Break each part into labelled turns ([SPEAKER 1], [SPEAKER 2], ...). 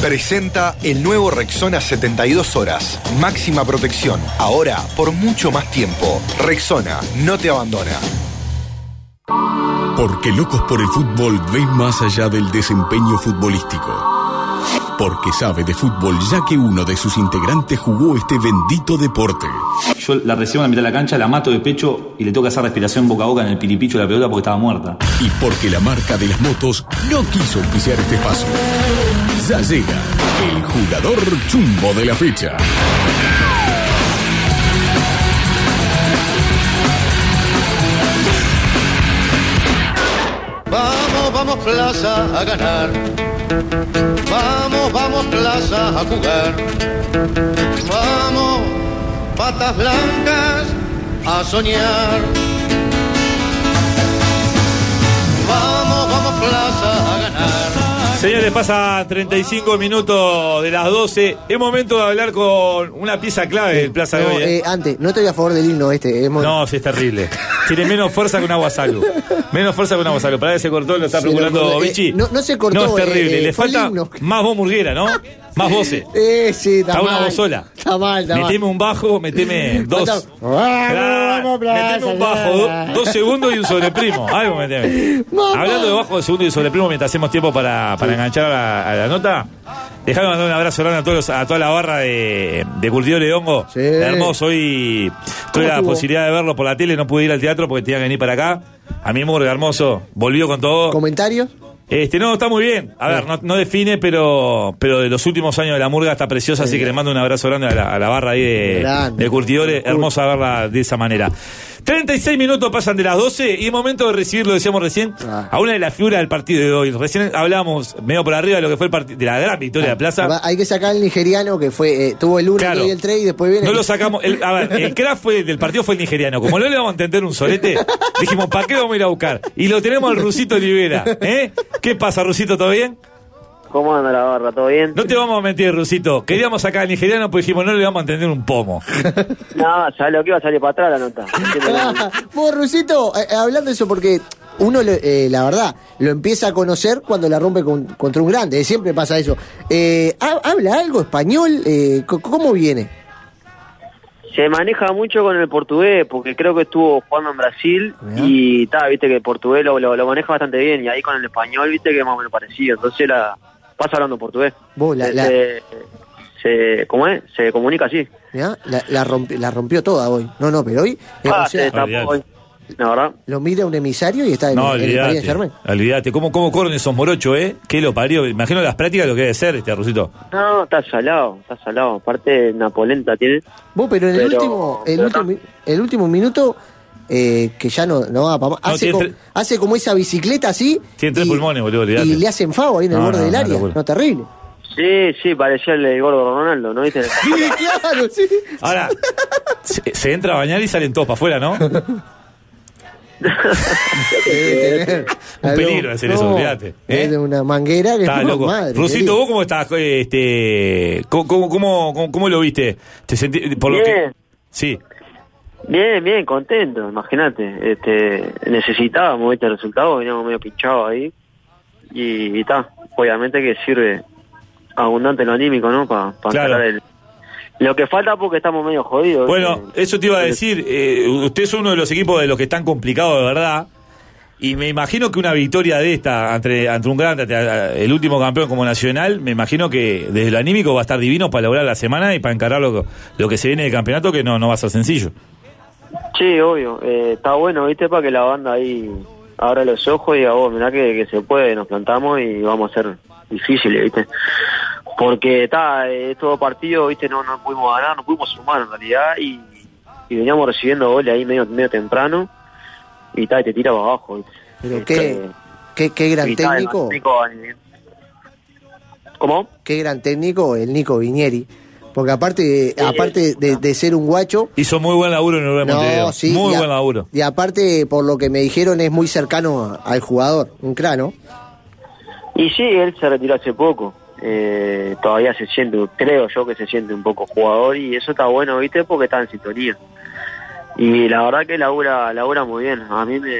[SPEAKER 1] Presenta el nuevo Rexona 72 horas. Máxima protección. Ahora, por mucho más tiempo. Rexona no te abandona.
[SPEAKER 2] Porque Locos por el Fútbol ve más allá del desempeño futbolístico. Porque sabe de fútbol ya que uno de sus integrantes jugó este bendito deporte.
[SPEAKER 3] Yo la recibo en la mitad de la cancha, la mato de pecho y le toca hacer respiración boca a boca en el piripicho de la pelota porque estaba muerta.
[SPEAKER 2] Y porque la marca de las motos no quiso auspiciar este paso. Ya llega el jugador chumbo de la fecha.
[SPEAKER 4] Vamos, vamos plaza a ganar. Vamos, vamos plaza a jugar. Vamos, patas blancas a soñar. Vamos, vamos plaza a ganar.
[SPEAKER 5] Señores, pasan 35 minutos de las 12. Es momento de hablar con una pieza clave del Plaza de
[SPEAKER 6] No,
[SPEAKER 5] hoy. ¿eh?
[SPEAKER 6] eh, antes, no estoy a favor del himno este. es mo-
[SPEAKER 5] No, sí, es terrible. Tiene menos fuerza que un aguasalu. Menos fuerza que un aguasalu. Para que se cortó, lo está
[SPEAKER 6] Se lo
[SPEAKER 5] procurando
[SPEAKER 6] cortó, eh,
[SPEAKER 5] Vichy.
[SPEAKER 6] no- no se cortó,
[SPEAKER 5] No, es terrible.
[SPEAKER 6] eh,
[SPEAKER 5] Le
[SPEAKER 6] fue el
[SPEAKER 5] falta
[SPEAKER 6] himno.
[SPEAKER 5] más voz murguera, ¿no? Más voces.
[SPEAKER 6] Eh, sí, está,
[SPEAKER 5] Está
[SPEAKER 6] mal.
[SPEAKER 5] una voz sola.
[SPEAKER 6] Está mal, está mal.
[SPEAKER 5] Meteme un bajo, meteme dos.
[SPEAKER 6] Falta-
[SPEAKER 5] Claro, meteme un bajo, do- dos segundos y un sobreprimo. Algo meteme.
[SPEAKER 6] Mamá.
[SPEAKER 5] Hablando de bajo, de segundo y sobreprimo, mientras hacemos tiempo para, para enganchar a la, a la nota, dejame mandar un abrazo grande a, todos, los- a toda la barra de, de curtidores de hongo.
[SPEAKER 6] Sí.
[SPEAKER 5] Hermoso, hoy tuve la
[SPEAKER 6] estuvo?
[SPEAKER 5] posibilidad de verlo por la tele, no pude ir al teatro porque tenía que venir para acá. A mi murga, hermoso, volvió con todo.
[SPEAKER 6] ¿Comentarios?
[SPEAKER 5] Este, no, está muy bien. A ver, no, no define, pero, pero de los últimos años de la murga está preciosa, así que le mando un abrazo grande a la, a la barra ahí de,
[SPEAKER 6] Grande.
[SPEAKER 5] de curtidores. Hermosa verla de esa manera. 36 minutos pasan de las 12 y es momento de recibir, lo decíamos recién,
[SPEAKER 6] Ah.
[SPEAKER 5] a una de las figuras del partido de hoy. Recién hablábamos medio por arriba de lo que fue el partido, de la gran victoria de la plaza.
[SPEAKER 6] Ah, Va, Hay que sacar al nigeriano que fue eh, tuvo el 1
[SPEAKER 5] Claro.
[SPEAKER 6] y el 3 y después viene.
[SPEAKER 5] No lo sacamos. El, a ver, el crack fue, del partido fue el nigeriano. Como no le vamos a entender un solete, dijimos, ¿para qué vamos a ir a buscar? Y lo tenemos al Rusito Olivera. ¿eh? ¿Qué pasa, Rusito? ¿Todo bien?
[SPEAKER 7] ¿Cómo anda la barra? ¿Todo bien?
[SPEAKER 5] No te vamos a mentir, Rusito. Queríamos sacar al nigeriano, pues dijimos, no le vamos a entender un pomo.
[SPEAKER 7] No, ya lo que iba a salir para atrás la nota. No entiendo nada.
[SPEAKER 6] Vos, Rusito, eh, eh, hablando de eso, porque uno, lo- eh, la verdad, lo empieza a conocer cuando la rompe con- contra un grande. eh, siempre pasa eso. Eh, ha- ¿Habla algo español? Eh, co- ¿Cómo viene?
[SPEAKER 7] Se maneja mucho con el portugués, porque creo que estuvo jugando en Brasil
[SPEAKER 6] Mirá.
[SPEAKER 7] y está, viste que el portugués lo, lo- lo maneja bastante bien y ahí con el español, viste que es más o menos parecido. Entonces la pasa hablando portugués.
[SPEAKER 6] Vos, la-
[SPEAKER 7] Se-
[SPEAKER 6] la-
[SPEAKER 4] Eh,
[SPEAKER 6] Eh,
[SPEAKER 7] Se, se- ¿Cómo es? Se comunica así.
[SPEAKER 6] Mirá, La, la rompi- la rompió toda hoy. No, no, pero hoy. eh,
[SPEAKER 7] Ah,
[SPEAKER 6] o sea,
[SPEAKER 7] se destapó
[SPEAKER 5] olvidate.
[SPEAKER 7] hoy. La verdad.
[SPEAKER 6] lo mira un emisario y está en, en
[SPEAKER 5] No,
[SPEAKER 6] el Paris
[SPEAKER 5] olvídate.
[SPEAKER 6] Saint-Germain.
[SPEAKER 5] Olvídate. ¿Cómo, ¿Cómo corren esos morochos, eh? ¿Qué lo parió? Imagino las prácticas lo que debe ser este Rusito.
[SPEAKER 7] No, está salado, está salado. Aparte, Napolenta tiene.
[SPEAKER 6] Vos, pero en el
[SPEAKER 7] Pero-
[SPEAKER 6] último, el
[SPEAKER 7] pero
[SPEAKER 6] último,
[SPEAKER 7] no.
[SPEAKER 6] el último minuto, eh, que ya no, no va para más,
[SPEAKER 5] No,
[SPEAKER 6] hace,
[SPEAKER 5] tiene
[SPEAKER 6] como,
[SPEAKER 5] tres-
[SPEAKER 6] hace como esa bicicleta así.
[SPEAKER 5] Tiene tres pulmones, boludo, olvidate.
[SPEAKER 6] Y le hacen favor ahí en el
[SPEAKER 5] No,
[SPEAKER 6] borde
[SPEAKER 5] no,
[SPEAKER 6] del
[SPEAKER 5] una
[SPEAKER 6] área.
[SPEAKER 5] locura.
[SPEAKER 6] No, terrible.
[SPEAKER 7] Sí, sí, parecía el de gordo Ronaldo, ¿no viste?
[SPEAKER 6] Sí, claro, sí.
[SPEAKER 5] Ahora, se, se entra a bañar y salen todos para afuera, ¿no? Un
[SPEAKER 6] Algo-
[SPEAKER 5] peligro hacer eso,
[SPEAKER 6] no,
[SPEAKER 5] olvídate.
[SPEAKER 6] Es de
[SPEAKER 5] ¿eh?
[SPEAKER 6] una manguera que
[SPEAKER 5] Está
[SPEAKER 6] no,
[SPEAKER 5] loco.
[SPEAKER 6] madre querida.
[SPEAKER 5] Rusito, ¿vos cómo estás? eh, Este, ¿cómo, cómo, cómo, cómo- cómo lo viste? ¿Te sentí, por lo que,
[SPEAKER 7] Bien.
[SPEAKER 5] sí.
[SPEAKER 7] Bien, bien, contento, imagínate. Este, necesitábamos este resultado, veníamos medio pinchados ahí. Y está, obviamente que sirve abundante lo anímico, ¿no? Para
[SPEAKER 5] Claro.
[SPEAKER 7] Lo que falta porque estamos medio jodidos.
[SPEAKER 5] Bueno,
[SPEAKER 7] ¿viste?
[SPEAKER 5] eso te iba a decir. eh, usted es uno de los equipos de los que están complicados de verdad. Y me imagino que una victoria de esta ante, ante un grande, ante, eh, el último campeón como nacional, me imagino que desde lo anímico va a estar divino para lograr la semana y para encarar lo, lo que se viene del campeonato, que no, no va a ser sencillo.
[SPEAKER 7] Sí, obvio. eh, está bueno, ¿viste? Para que la banda ahí abra los ojos y diga, oh, mirá que, que se puede, nos plantamos y vamos a ser difíciles, ¿viste? Porque está, eh, estos partidos, ¿viste? No, no pudimos ganar, no pudimos sumar en realidad y, y veníamos recibiendo goles ahí medio, medio temprano y está, y te tira para abajo, ¿viste?
[SPEAKER 6] Pero
[SPEAKER 7] Este,
[SPEAKER 6] qué, qué, qué gran
[SPEAKER 7] y tá, el
[SPEAKER 6] técnico.
[SPEAKER 7] técnico, eh, ¿Cómo?
[SPEAKER 6] Qué gran técnico el Nico Vinieri. Porque aparte, aparte de, de ser un guacho,
[SPEAKER 5] Hizo muy buen laburo en Uruguay Montevideo.
[SPEAKER 6] sí,
[SPEAKER 5] muy
[SPEAKER 6] y a-
[SPEAKER 5] buen laburo.
[SPEAKER 6] Y aparte, por lo que me dijeron, es muy cercano a- al jugador, un crano.
[SPEAKER 7] Y sí, él se retiró hace poco. Eh, todavía se siente, creo yo que se siente un poco jugador y eso está bueno, ¿viste? Porque está en sintonía. Y la verdad que labura, labura muy bien. A mí me,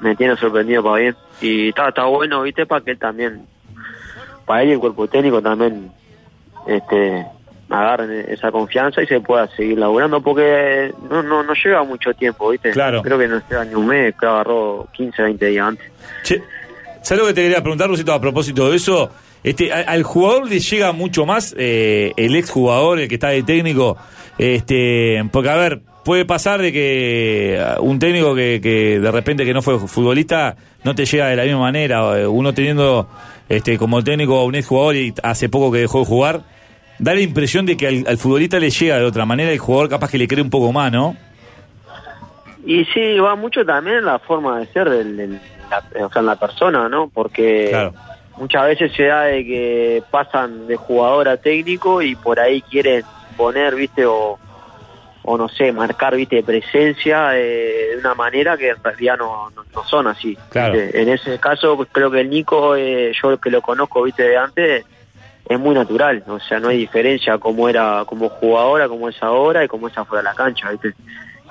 [SPEAKER 7] me tiene sorprendido para bien. Y está, está bueno, ¿viste? Para que él también, para él y el cuerpo técnico también este, agarren esa confianza y se pueda seguir laburando, porque no, no, no lleva mucho tiempo, ¿viste?
[SPEAKER 5] Claro.
[SPEAKER 7] Creo que no lleva ni un mes, que agarró 15, 20 días antes.
[SPEAKER 5] Che, ¿Sabes lo que te quería preguntar, Rusito, a propósito de eso? Este, a- al jugador le llega mucho más eh, el exjugador, el que está de técnico, este, porque a ver, puede pasar de que ah, un técnico que, que de repente que no fue futbolista no te llega de la misma manera, eh, uno teniendo este, como técnico a un exjugador y hace poco que dejó de jugar, da la impresión de que al, al futbolista le llega de otra manera, el jugador capaz que le cree un poco más, ¿no?
[SPEAKER 7] Y sí, va mucho también en la forma de ser, del, del- la, o sea, en la persona, ¿no? Porque
[SPEAKER 5] Claro.
[SPEAKER 7] muchas veces se da de que pasan de jugador a técnico y por ahí quieren poner, ¿viste? O, o no sé, marcar, ¿viste? Presencia eh, de una manera que en realidad no, no, no son así.
[SPEAKER 5] Claro.
[SPEAKER 7] ¿viste? En ese caso, pues, creo que el Nico, eh, yo que lo conozco, ¿viste? De antes, es muy natural, o sea, no hay diferencia como era como jugadora, como es ahora y como es afuera de la cancha, ¿viste?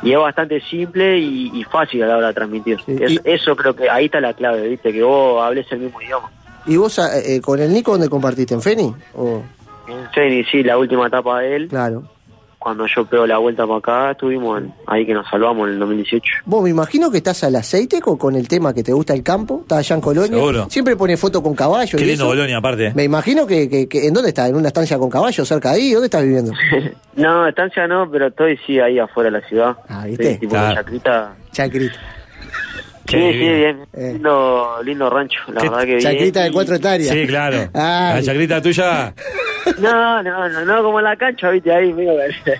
[SPEAKER 7] Y es bastante simple y, y fácil a la hora de transmitir.
[SPEAKER 6] Sí,
[SPEAKER 7] Es-
[SPEAKER 6] y-
[SPEAKER 7] Eso creo que ahí está la clave, ¿viste? Que vos hables el mismo idioma.
[SPEAKER 6] ¿Y vos eh, eh, con el Nico dónde compartiste? ¿En Feni? O-
[SPEAKER 7] En Feni, sí, la última etapa de él,
[SPEAKER 6] Claro.
[SPEAKER 7] cuando yo pego la vuelta para acá, estuvimos en- ahí que nos salvamos en el 2018.
[SPEAKER 6] Vos me imagino que estás al aceite con, con el tema que te gusta el campo. Estás allá en Colonia.
[SPEAKER 5] Seguro.
[SPEAKER 6] Siempre pone foto con caballo.
[SPEAKER 5] Qué
[SPEAKER 6] y
[SPEAKER 5] lindo
[SPEAKER 6] eso.
[SPEAKER 5] eh. Bolonia, aparte.
[SPEAKER 6] Me imagino que, que- que- ¿En dónde estás? ¿En una estancia con caballo? ¿Cerca de ahí? ¿Dónde estás viviendo?
[SPEAKER 7] no, estancia no, pero estoy sí ahí afuera de la ciudad.
[SPEAKER 6] Ah, ¿viste?
[SPEAKER 7] Sí, tipo en
[SPEAKER 5] Claro.
[SPEAKER 7] Chacrita.
[SPEAKER 6] Chacrita.
[SPEAKER 5] Qué
[SPEAKER 7] Sí, sí,
[SPEAKER 5] divino.
[SPEAKER 7] bien.
[SPEAKER 6] Eh.
[SPEAKER 7] Lindo, lindo rancho, la
[SPEAKER 5] Qué
[SPEAKER 7] verdad que bien.
[SPEAKER 6] Chacrita de
[SPEAKER 7] Y-
[SPEAKER 6] cuatro hectáreas.
[SPEAKER 5] Sí, claro.
[SPEAKER 6] Ay.
[SPEAKER 5] La chacrita tuya.
[SPEAKER 7] No, no, no, no, como en la cancha, viste, ahí, medio que-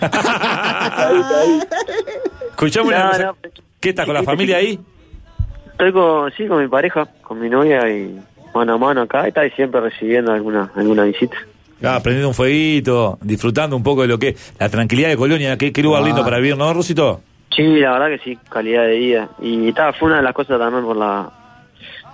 [SPEAKER 5] Escuchame una
[SPEAKER 7] No,
[SPEAKER 5] cosa.
[SPEAKER 7] no.
[SPEAKER 5] ¿Qué estás con la familia ahí?
[SPEAKER 7] Estoy con, sí, con mi pareja, con mi novia y mano a mano acá, está siempre recibiendo alguna, alguna visita.
[SPEAKER 5] Ah, prendiendo un fueguito, disfrutando un poco de lo que la tranquilidad de Colonia, qué, qué lugar
[SPEAKER 6] Ah.
[SPEAKER 5] lindo para vivir, ¿no, Rusito?
[SPEAKER 7] Sí, la verdad que sí, calidad de vida. Y está, fue una de las cosas también por la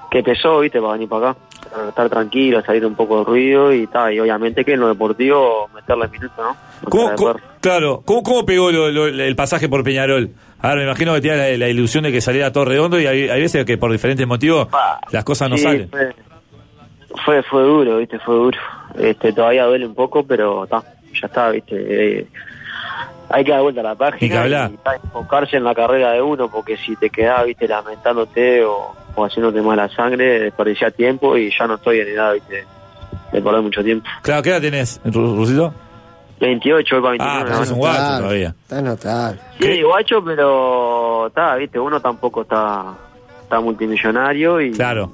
[SPEAKER 7] que pesó, viste, para venir para acá. Para estar tranquilo, salir un poco de ruido y está, y obviamente que en lo deportivo meterle minutos, ¿no? No
[SPEAKER 5] ¿Cómo,
[SPEAKER 7] para
[SPEAKER 5] cómo-
[SPEAKER 7] perder.
[SPEAKER 5] claro, ¿cómo, cómo pegó lo- lo- el pasaje por Peñarol? Ahora me imagino que tenía la, la ilusión de que saliera todo redondo y hay, hay veces que por diferentes motivos
[SPEAKER 7] Pa,
[SPEAKER 5] las cosas no
[SPEAKER 7] sí,
[SPEAKER 5] salen.
[SPEAKER 7] Fue, fue, fue duro, viste, fue duro. Este, todavía duele un poco, pero está, ya está, viste. eh, hay que dar vuelta a la página
[SPEAKER 5] Ni que hablar.
[SPEAKER 7] y ta, enfocarse en la carrera de uno, porque si te quedás, viste, lamentándote o, o haciéndote mala sangre, desperdiciás tiempo y ya no estoy en edad, viste, de perder mucho tiempo.
[SPEAKER 5] Claro, ¿qué edad tenés, Ru- Rusito?
[SPEAKER 7] 28, voy para
[SPEAKER 5] Ah,
[SPEAKER 7] 29.
[SPEAKER 5] pero
[SPEAKER 7] ¿no?
[SPEAKER 5] es un guacho todavía.
[SPEAKER 6] Está notable.
[SPEAKER 7] sí, guacho, pero está, viste, uno tampoco está, está multimillonario y...
[SPEAKER 5] Claro,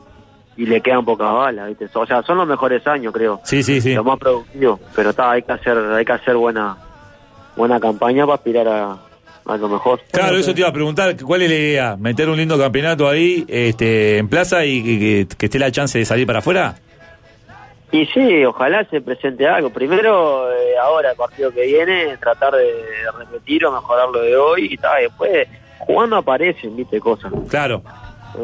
[SPEAKER 7] y le quedan pocas balas, ¿viste? O sea, son los mejores años, creo.
[SPEAKER 5] sí, sí, sí.
[SPEAKER 7] Los más productivos, pero está, hay que hacer hay que hacer buena buena campaña para aspirar a, a lo mejor.
[SPEAKER 5] Claro, eso te iba a preguntar, ¿cuál es la idea? ¿Meter un lindo campeonato ahí este, en plaza y que, que- que esté la chance de salir para afuera?
[SPEAKER 7] Y sí, ojalá se presente algo. Primero, eh, ahora el partido que viene, tratar de repetir o mejorar lo de hoy y tal, después jugando aparecen, viste, cosas.
[SPEAKER 5] Claro,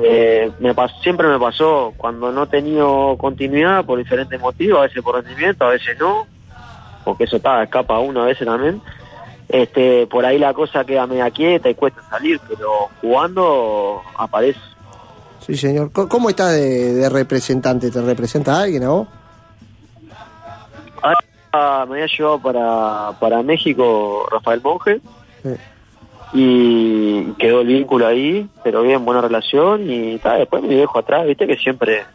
[SPEAKER 7] Eh, me pas- siempre me pasó cuando no he tenido continuidad por diferentes motivos, a veces por rendimiento, a veces no, porque eso está, escapa a uno a veces también. Este, por ahí la cosa queda media quieta y cuesta salir, pero jugando aparece.
[SPEAKER 6] Sí, señor. Co- ¿Cómo estás de, de representante? ¿Te representa alguien a vos?
[SPEAKER 7] Ahora Ah, me había llevado para, para México Rafael Monge
[SPEAKER 6] Sí.
[SPEAKER 7] y quedó el vínculo ahí, pero bien, buena relación y tal, después me dejo atrás, viste que siempre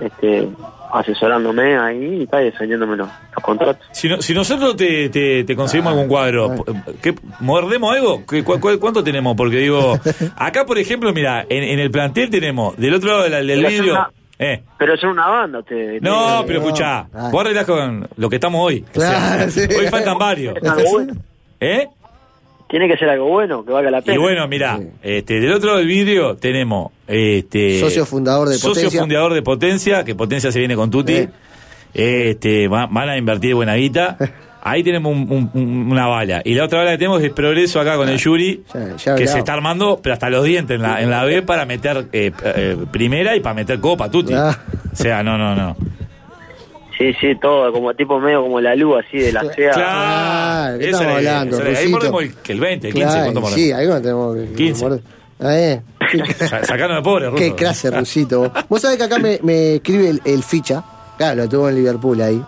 [SPEAKER 7] este, asesorándome ahí y tal, y defendiéndome los- los contratos.
[SPEAKER 5] Si, no- si nosotros te, te- te conseguimos algún
[SPEAKER 6] Ah,
[SPEAKER 5] cuadro, ¿qué, ¿mordemos algo? ¿Qué- cu- cu- ¿Cuánto tenemos? Porque digo, acá por ejemplo, mira, en, en el plantel tenemos, del otro lado de la- del
[SPEAKER 7] Pero es
[SPEAKER 5] vidrio...
[SPEAKER 7] una-
[SPEAKER 5] eh,
[SPEAKER 7] Pero son una banda ustedes.
[SPEAKER 5] no,
[SPEAKER 6] Sí,
[SPEAKER 5] pero
[SPEAKER 6] Eh, no.
[SPEAKER 5] escuchá,
[SPEAKER 6] Ay.
[SPEAKER 5] vos arreglás con lo que estamos hoy. O
[SPEAKER 6] Claro, sí.
[SPEAKER 5] Hoy faltan varios.
[SPEAKER 7] Tiene que ser algo bueno.
[SPEAKER 5] ¿Eh?
[SPEAKER 7] Tiene que ser algo bueno, que valga la pena.
[SPEAKER 5] Y bueno, mirá, este, del otro lado del vidrio tenemos... Este,
[SPEAKER 6] Socio fundador de
[SPEAKER 5] Socio
[SPEAKER 6] Potencia.
[SPEAKER 5] fundador de Potencia, que Potencia se viene con Tuti.
[SPEAKER 6] Eh.
[SPEAKER 5] Este, va- van a invertir buena guita. Ahí tenemos un- un- un- una bala. Y la otra bala que tenemos es Progreso acá con el Yuri,
[SPEAKER 6] Ah, Ya- ya
[SPEAKER 5] que
[SPEAKER 6] hablamos.
[SPEAKER 5] se está armando, pero hasta los dientes en la, en la B para meter eh, eh, primera y para meter copa, Tuti.
[SPEAKER 6] Ah.
[SPEAKER 5] O sea, no, no, no.
[SPEAKER 7] Sí, sí, todo, como tipo medio como la luz así de la CEA.
[SPEAKER 5] Claro,
[SPEAKER 6] ¿qué
[SPEAKER 5] esa
[SPEAKER 6] estamos
[SPEAKER 5] es la idea,
[SPEAKER 6] hablando,
[SPEAKER 5] esa es la idea. Ahí
[SPEAKER 6] Rusito?
[SPEAKER 5] mordemos el, el 20, el 15, ¿cuánto
[SPEAKER 6] Claro,
[SPEAKER 5] mordemos?
[SPEAKER 6] sí, algo tenemos que...
[SPEAKER 5] 15.
[SPEAKER 6] morder. Ah, eh.
[SPEAKER 5] Sa- Sacanos de pobre, Ruso.
[SPEAKER 6] Qué clase, Rusito. vos. Vos sabés que acá me, me escribe el, el ficha. Claro, lo tuvo en Liverpool ahí.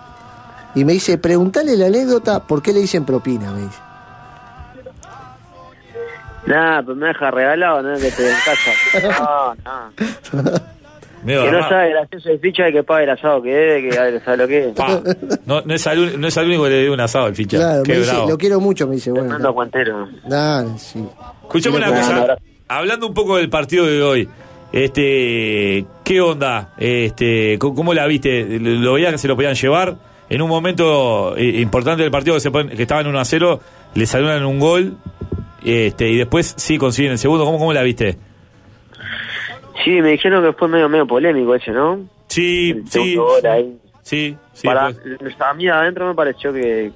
[SPEAKER 6] Y me dice, preguntale la anécdota, ¿por qué le dicen propina? Me dice.
[SPEAKER 7] Nada, pues me deja regalado, ¿no? Que te den casa. No, no.
[SPEAKER 5] Medio
[SPEAKER 7] Que no
[SPEAKER 5] armado.
[SPEAKER 7] sabe el ascenso de ficha de que pague el asado que debe, que a ver, sabe lo que es.
[SPEAKER 5] Pa, no, no es al, uni- no es al único que le dio un asado al ficha.
[SPEAKER 6] Claro,
[SPEAKER 5] Qué
[SPEAKER 6] me dice,
[SPEAKER 5] bravo.
[SPEAKER 6] lo quiero mucho, me dice. Bueno,
[SPEAKER 7] Fernando Cuantero.
[SPEAKER 6] Nah, sí.
[SPEAKER 5] Escuchame una
[SPEAKER 7] Quiero mandar un
[SPEAKER 5] cosa.
[SPEAKER 7] abrazo.
[SPEAKER 5] Hablando un poco del partido de hoy, este, ¿qué onda? Este, ¿cómo, cómo la viste? ¿Lo lo veías que se lo podían llevar? En un momento eh, importante del partido que, se ponen- que estaban 1 a 0, le salieron un gol este, y después sí consiguen el segundo. ¿Cómo, cómo la viste?
[SPEAKER 7] Sí, me dijeron que fue medio medio polémico ese, ¿no?
[SPEAKER 5] Sí,
[SPEAKER 7] El
[SPEAKER 5] sí.
[SPEAKER 7] segundo gol ahí.
[SPEAKER 5] Sí, sí.
[SPEAKER 7] Para,
[SPEAKER 5] pues.
[SPEAKER 7] A mí adentro me pareció que,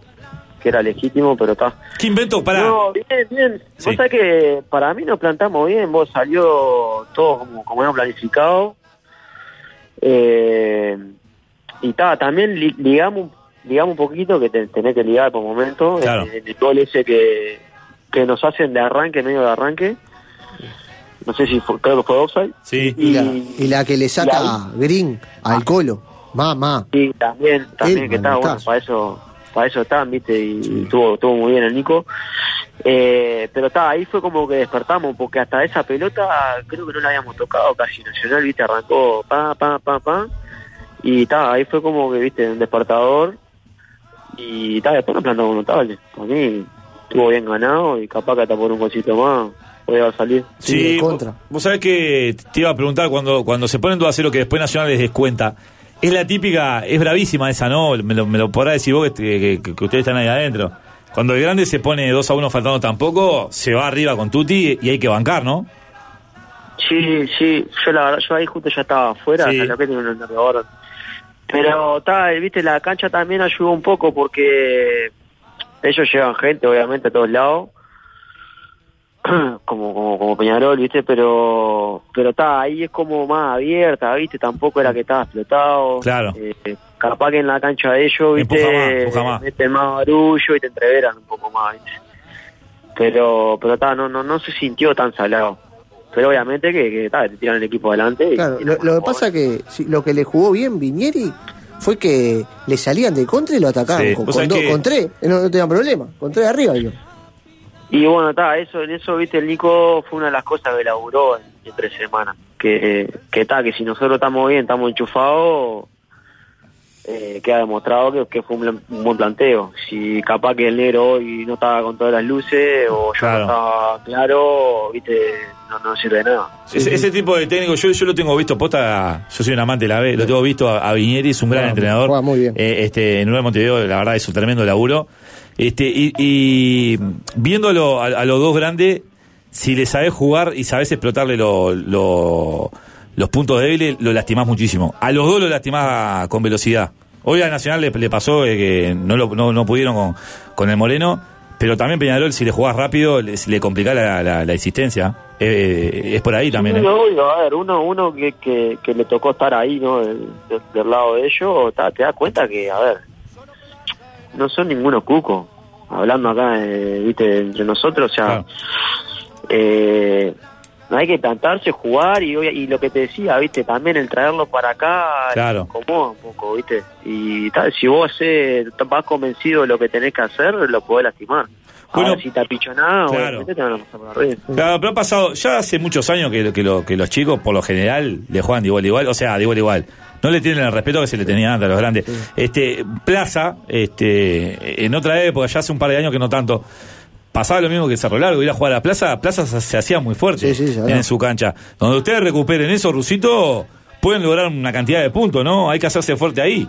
[SPEAKER 7] que era legítimo, pero está.
[SPEAKER 5] ¿Qué invento? Pará.
[SPEAKER 7] No, bien, bien.
[SPEAKER 5] Sí.
[SPEAKER 7] Vos sabés que para mí nos plantamos bien, vos salió todo como, como era planificado. Eh, y ta, también li- ligamos, ligamos un poquito, que te- tenés que ligar por momento,
[SPEAKER 5] Claro.
[SPEAKER 7] en, en el gol ese que, que nos hacen de arranque, medio de arranque. No sé si fue- creo que fue offside.
[SPEAKER 5] Sí.
[SPEAKER 6] Y, la,
[SPEAKER 7] Y-
[SPEAKER 6] y Ah. la que le saca a Green al colo. Mamá.
[SPEAKER 7] Sí, también, también
[SPEAKER 6] El
[SPEAKER 7] que está bueno,
[SPEAKER 6] manotazo.
[SPEAKER 7] para eso, para eso están, viste, y estuvo, estuvo muy bien el Nico. Eh, pero está, ahí fue como que despertamos, porque hasta esa pelota creo que no la habíamos tocado casi nacional, viste, arrancó pa, pa, pa, pa. Y está, ahí fue como que, viste, un despertador. Y está, después nos plantamos notable. Para mí estuvo bien ganado y capaz que hasta por un cosito más podía salir.
[SPEAKER 6] Sí, de
[SPEAKER 5] vos-
[SPEAKER 6] contra.
[SPEAKER 5] Vos sabés que te iba a preguntar cuando, cuando se ponen 2 a 0 que después Nacional les descuenta. Es la típica, es bravísima esa, ¿no? Me lo, me lo podrá decir vos que, que- que ustedes están ahí adentro. Cuando el grande se pone 2 a 1 faltando tampoco, se va arriba con Tuti y hay que bancar, ¿no?
[SPEAKER 7] Sí, sí, yo la verdad, yo ahí justo ya estaba afuera,
[SPEAKER 5] Sí.
[SPEAKER 7] hasta lo que tiene un error. Pero está, eh, viste, la cancha también ayudó un poco porque ellos llevan gente, obviamente, a todos lados. Como, como, como Peñarol, viste, pero pero está, ahí es como más abierta, viste, tampoco era que estaba explotado.
[SPEAKER 5] Claro.
[SPEAKER 7] Eh, capaz que en la cancha de ellos, viste,
[SPEAKER 5] Empuja más, empuja más.
[SPEAKER 7] meten más barullo y te entreveran un poco más, viste. Pero, pero está, no, no, no se sintió tan salado. Pero obviamente que, que ta, te tiran el equipo adelante. y-
[SPEAKER 6] Claro,
[SPEAKER 7] y
[SPEAKER 6] lo,
[SPEAKER 7] no-
[SPEAKER 6] lo
[SPEAKER 7] no
[SPEAKER 6] que pasa que sí, lo que le jugó bien Vinieri fue que le salían de contra y lo atacaban
[SPEAKER 5] Sí,
[SPEAKER 6] con,
[SPEAKER 5] vos
[SPEAKER 6] con
[SPEAKER 5] sabés
[SPEAKER 6] dos-
[SPEAKER 5] que-
[SPEAKER 6] con tres. No, no tenían problema. Con tres arriba, yo.
[SPEAKER 7] Y bueno, está, eso, en eso, viste, el Nico fue una de las cosas que laburó en, en tres semanas. Que que ta, que si nosotros estamos bien, estamos enchufados, eh, queda demostrado que, que fue un, blan- un buen planteo. Si capaz que el negro hoy no estaba con todas las luces o yo
[SPEAKER 5] Claro.
[SPEAKER 7] no estaba claro, viste, no, no sirve de nada.
[SPEAKER 5] ese, ese tipo de técnico, yo, yo lo tengo visto, posta, yo soy un amante de la B, lo tengo visto a, a Viñeri, es un gran
[SPEAKER 6] Juega-
[SPEAKER 5] entrenador.
[SPEAKER 6] juega muy bien.
[SPEAKER 5] Eh, este, en Nueva Montevideo, la verdad, es un tremendo laburo. Este, y, y viéndolo a, a los dos grandes, si le sabés jugar y sabés explotarle lo- lo- los puntos débiles, lo lastimás muchísimo. A los dos lo lastimás con velocidad. Hoy a Nacional le, le pasó eh, que no, lo- no, no pudieron con, con el Moreno, pero también Peñarol, si le jugás rápido, le, le complicás la, la- la existencia. Eh, es por ahí también. eh.
[SPEAKER 7] Sí, obvio, a ver, uno, uno que, que, que le tocó estar ahí, ¿no? Del, del- del lado de ellos, ta, te das cuenta que, a ver, no son ninguno cuco. Hablando acá, eh, viste, entre nosotros, o sea,
[SPEAKER 5] Claro.
[SPEAKER 7] eh, hay que plantarse, jugar y, obvia- y lo que te decía, viste, también el traerlo para acá,
[SPEAKER 5] Claro.
[SPEAKER 7] te incomoda un poco, viste. Y tal, si vos eh, vas convencido de lo que tenés que hacer, lo podés lastimar.
[SPEAKER 5] Bueno,
[SPEAKER 7] Ahora, si te apichonás,
[SPEAKER 5] claro.
[SPEAKER 7] obviamente te van a pasar por arriba.
[SPEAKER 5] Claro, pero ha pasado, ya hace muchos años que, que, lo- que los chicos, por lo general, le juegan de igual a igual, o sea, de igual a igual. No le tienen el respeto que se le tenía antes a los grandes. Este, Plaza, este, en otra época, ya hace un par de años que no tanto, pasaba lo mismo que Cerro Largo, ir a jugar a la Plaza, Plaza se, se hacía muy fuerte
[SPEAKER 6] Sí, sí, se
[SPEAKER 5] en
[SPEAKER 6] hablaba.
[SPEAKER 5] su cancha. Donde ustedes recuperen eso, Rusito, pueden lograr una cantidad de puntos, ¿no? Hay que hacerse fuerte ahí.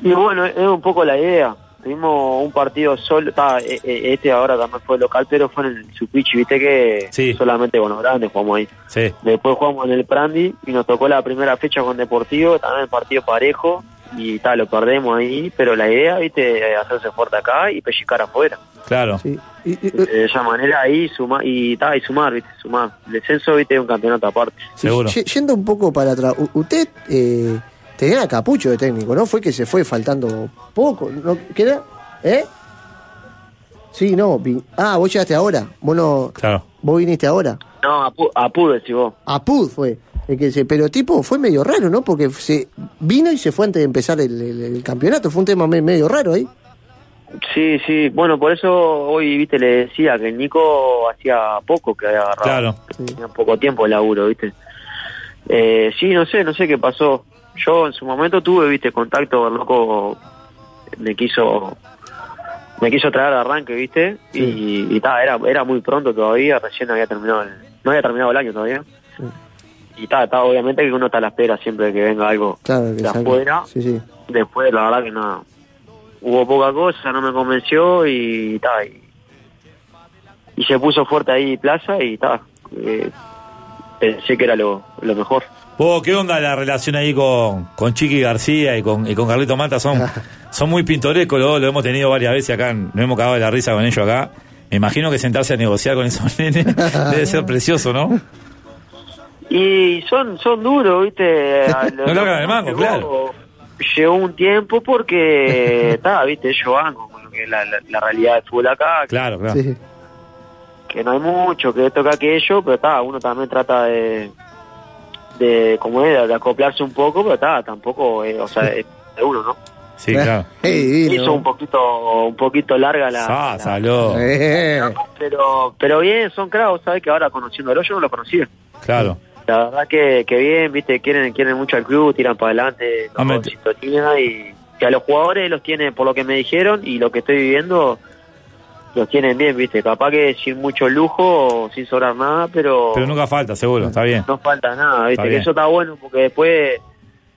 [SPEAKER 7] Y bueno, es un poco la idea. Tuvimos un partido solo, ta, e- e- este ahora también fue local, pero fue en el Supichi, viste que
[SPEAKER 5] Sí.
[SPEAKER 7] solamente con los grandes jugamos ahí.
[SPEAKER 5] Sí,
[SPEAKER 7] Después jugamos en el Prandi y nos tocó la primera fecha con Deportivo, también partido parejo y tal, lo perdemos ahí, pero la idea, viste, es hacerse fuerte acá y pellizcar afuera.
[SPEAKER 5] claro.
[SPEAKER 6] Sí. Y- y-
[SPEAKER 7] De esa manera ahí suma, y, ta, y sumar, viste, sumar. El descenso, viste, es un campeonato aparte.
[SPEAKER 5] Seguro.
[SPEAKER 6] Y- Yendo un poco para atrás, u- usted eh, tenía a Capucho de técnico, ¿no? Fue que se fue faltando poco, ¿no? ¿Qué era? ¿Eh? Sí, no. vi- Ah, vos llegaste ahora. Vos, no-
[SPEAKER 5] Claro.
[SPEAKER 6] vos viniste ahora.
[SPEAKER 7] No, a, pu- a puro, decís vos.
[SPEAKER 6] A PUD fue. el que se- pero tipo, fue medio raro, ¿no? Porque se vino y se fue antes de empezar el, el- el campeonato. Fue un tema me- medio raro ahí.
[SPEAKER 7] Sí, sí, bueno, por eso hoy, viste, le decía que el Nico hacía poco que había agarrado.
[SPEAKER 5] Claro.
[SPEAKER 7] que Tenía poco tiempo de laburo, viste. Eh, sí, no sé, no sé qué pasó. Yo en su momento tuve, viste, contacto, el loco me quiso me quiso traer de arranque, viste,
[SPEAKER 6] Sí.
[SPEAKER 7] y, y ta, era, era muy pronto todavía, recién había terminado el, no había terminado el año todavía. Y ta, ta, obviamente que uno está a la espera siempre de que venga algo
[SPEAKER 6] Claro, que
[SPEAKER 7] de
[SPEAKER 6] salga.
[SPEAKER 7] afuera
[SPEAKER 6] Sí, sí.
[SPEAKER 7] después la verdad que no hubo poca cosa no me convenció y ta, y, y se puso fuerte ahí Plaza y ta, eh, pensé que era lo, lo mejor
[SPEAKER 5] Vos, ¿qué onda la relación ahí con, con Chiqui García y con, y con Carlito Mata? Son, son muy pintorescos, lo, lo hemos tenido varias veces acá, nos hemos cagado de la risa con ellos acá. Me imagino que sentarse a negociar con esos nenes debe ser precioso, ¿no?
[SPEAKER 7] y son son duros viste A lo-
[SPEAKER 5] No largan el mango,
[SPEAKER 7] llegó-
[SPEAKER 5] claro.
[SPEAKER 7] llegó un tiempo porque ta, viste yo banco con lo que es la, la- la realidad del fútbol acá que-
[SPEAKER 5] Claro, claro.
[SPEAKER 6] Sí.
[SPEAKER 7] que no hay mucho, que esto que aquello, pero está, uno también trata de, de como es, de acoplarse un poco, pero está, tampoco, eh, o sea, es de uno, ¿no?
[SPEAKER 5] Sí, claro.
[SPEAKER 6] Ey,
[SPEAKER 7] Hizo
[SPEAKER 6] divino.
[SPEAKER 7] un poquito, un poquito larga la,
[SPEAKER 5] Sa,
[SPEAKER 7] la-
[SPEAKER 5] saló.
[SPEAKER 6] Eh,
[SPEAKER 7] pero, pero bien, son cravos, sabes que ahora conociéndolo yo no lo conocía.
[SPEAKER 5] Claro.
[SPEAKER 7] La verdad que, que bien, viste, quieren, quieren mucho al club, tiran para adelante,
[SPEAKER 5] Ah,
[SPEAKER 7] no,
[SPEAKER 5] me-
[SPEAKER 7] sintonía y que a los jugadores los tienen por lo que me dijeron y lo que estoy viviendo los tienen bien, viste, capaz que sin mucho lujo, sin sobrar nada,
[SPEAKER 5] Pero nunca falta, seguro, está bien.
[SPEAKER 7] no falta
[SPEAKER 5] Está
[SPEAKER 7] nada, ¿viste? Que
[SPEAKER 5] bien.
[SPEAKER 7] eso está bueno porque después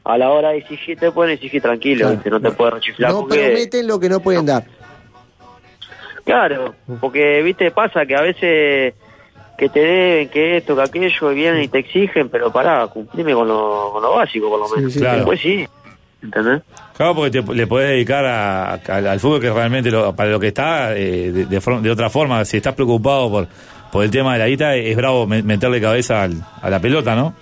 [SPEAKER 7] a la hora de exigir te pueden exigir tranquilo,
[SPEAKER 6] Claro.
[SPEAKER 7] ¿viste? No te puedes rechiflar
[SPEAKER 6] No
[SPEAKER 7] porque...
[SPEAKER 6] prometen lo que no pueden dar.
[SPEAKER 7] Claro, porque, ¿viste? Pasa que a veces que te deben, que esto, que aquello, y vienen y te exigen, pero pará, cumplime con lo, con lo básico por lo
[SPEAKER 6] Sí,
[SPEAKER 7] menos.
[SPEAKER 6] sí,
[SPEAKER 5] claro.
[SPEAKER 7] Después sí, ¿entendés?
[SPEAKER 5] Claro, porque te- le podés dedicar a- al, al fútbol que realmente lo- para lo que está, eh, de, de for- de otra forma, si estás preocupado por, por el tema de la guita, es bravo me- meterle cabeza al- a la pelota, ¿no?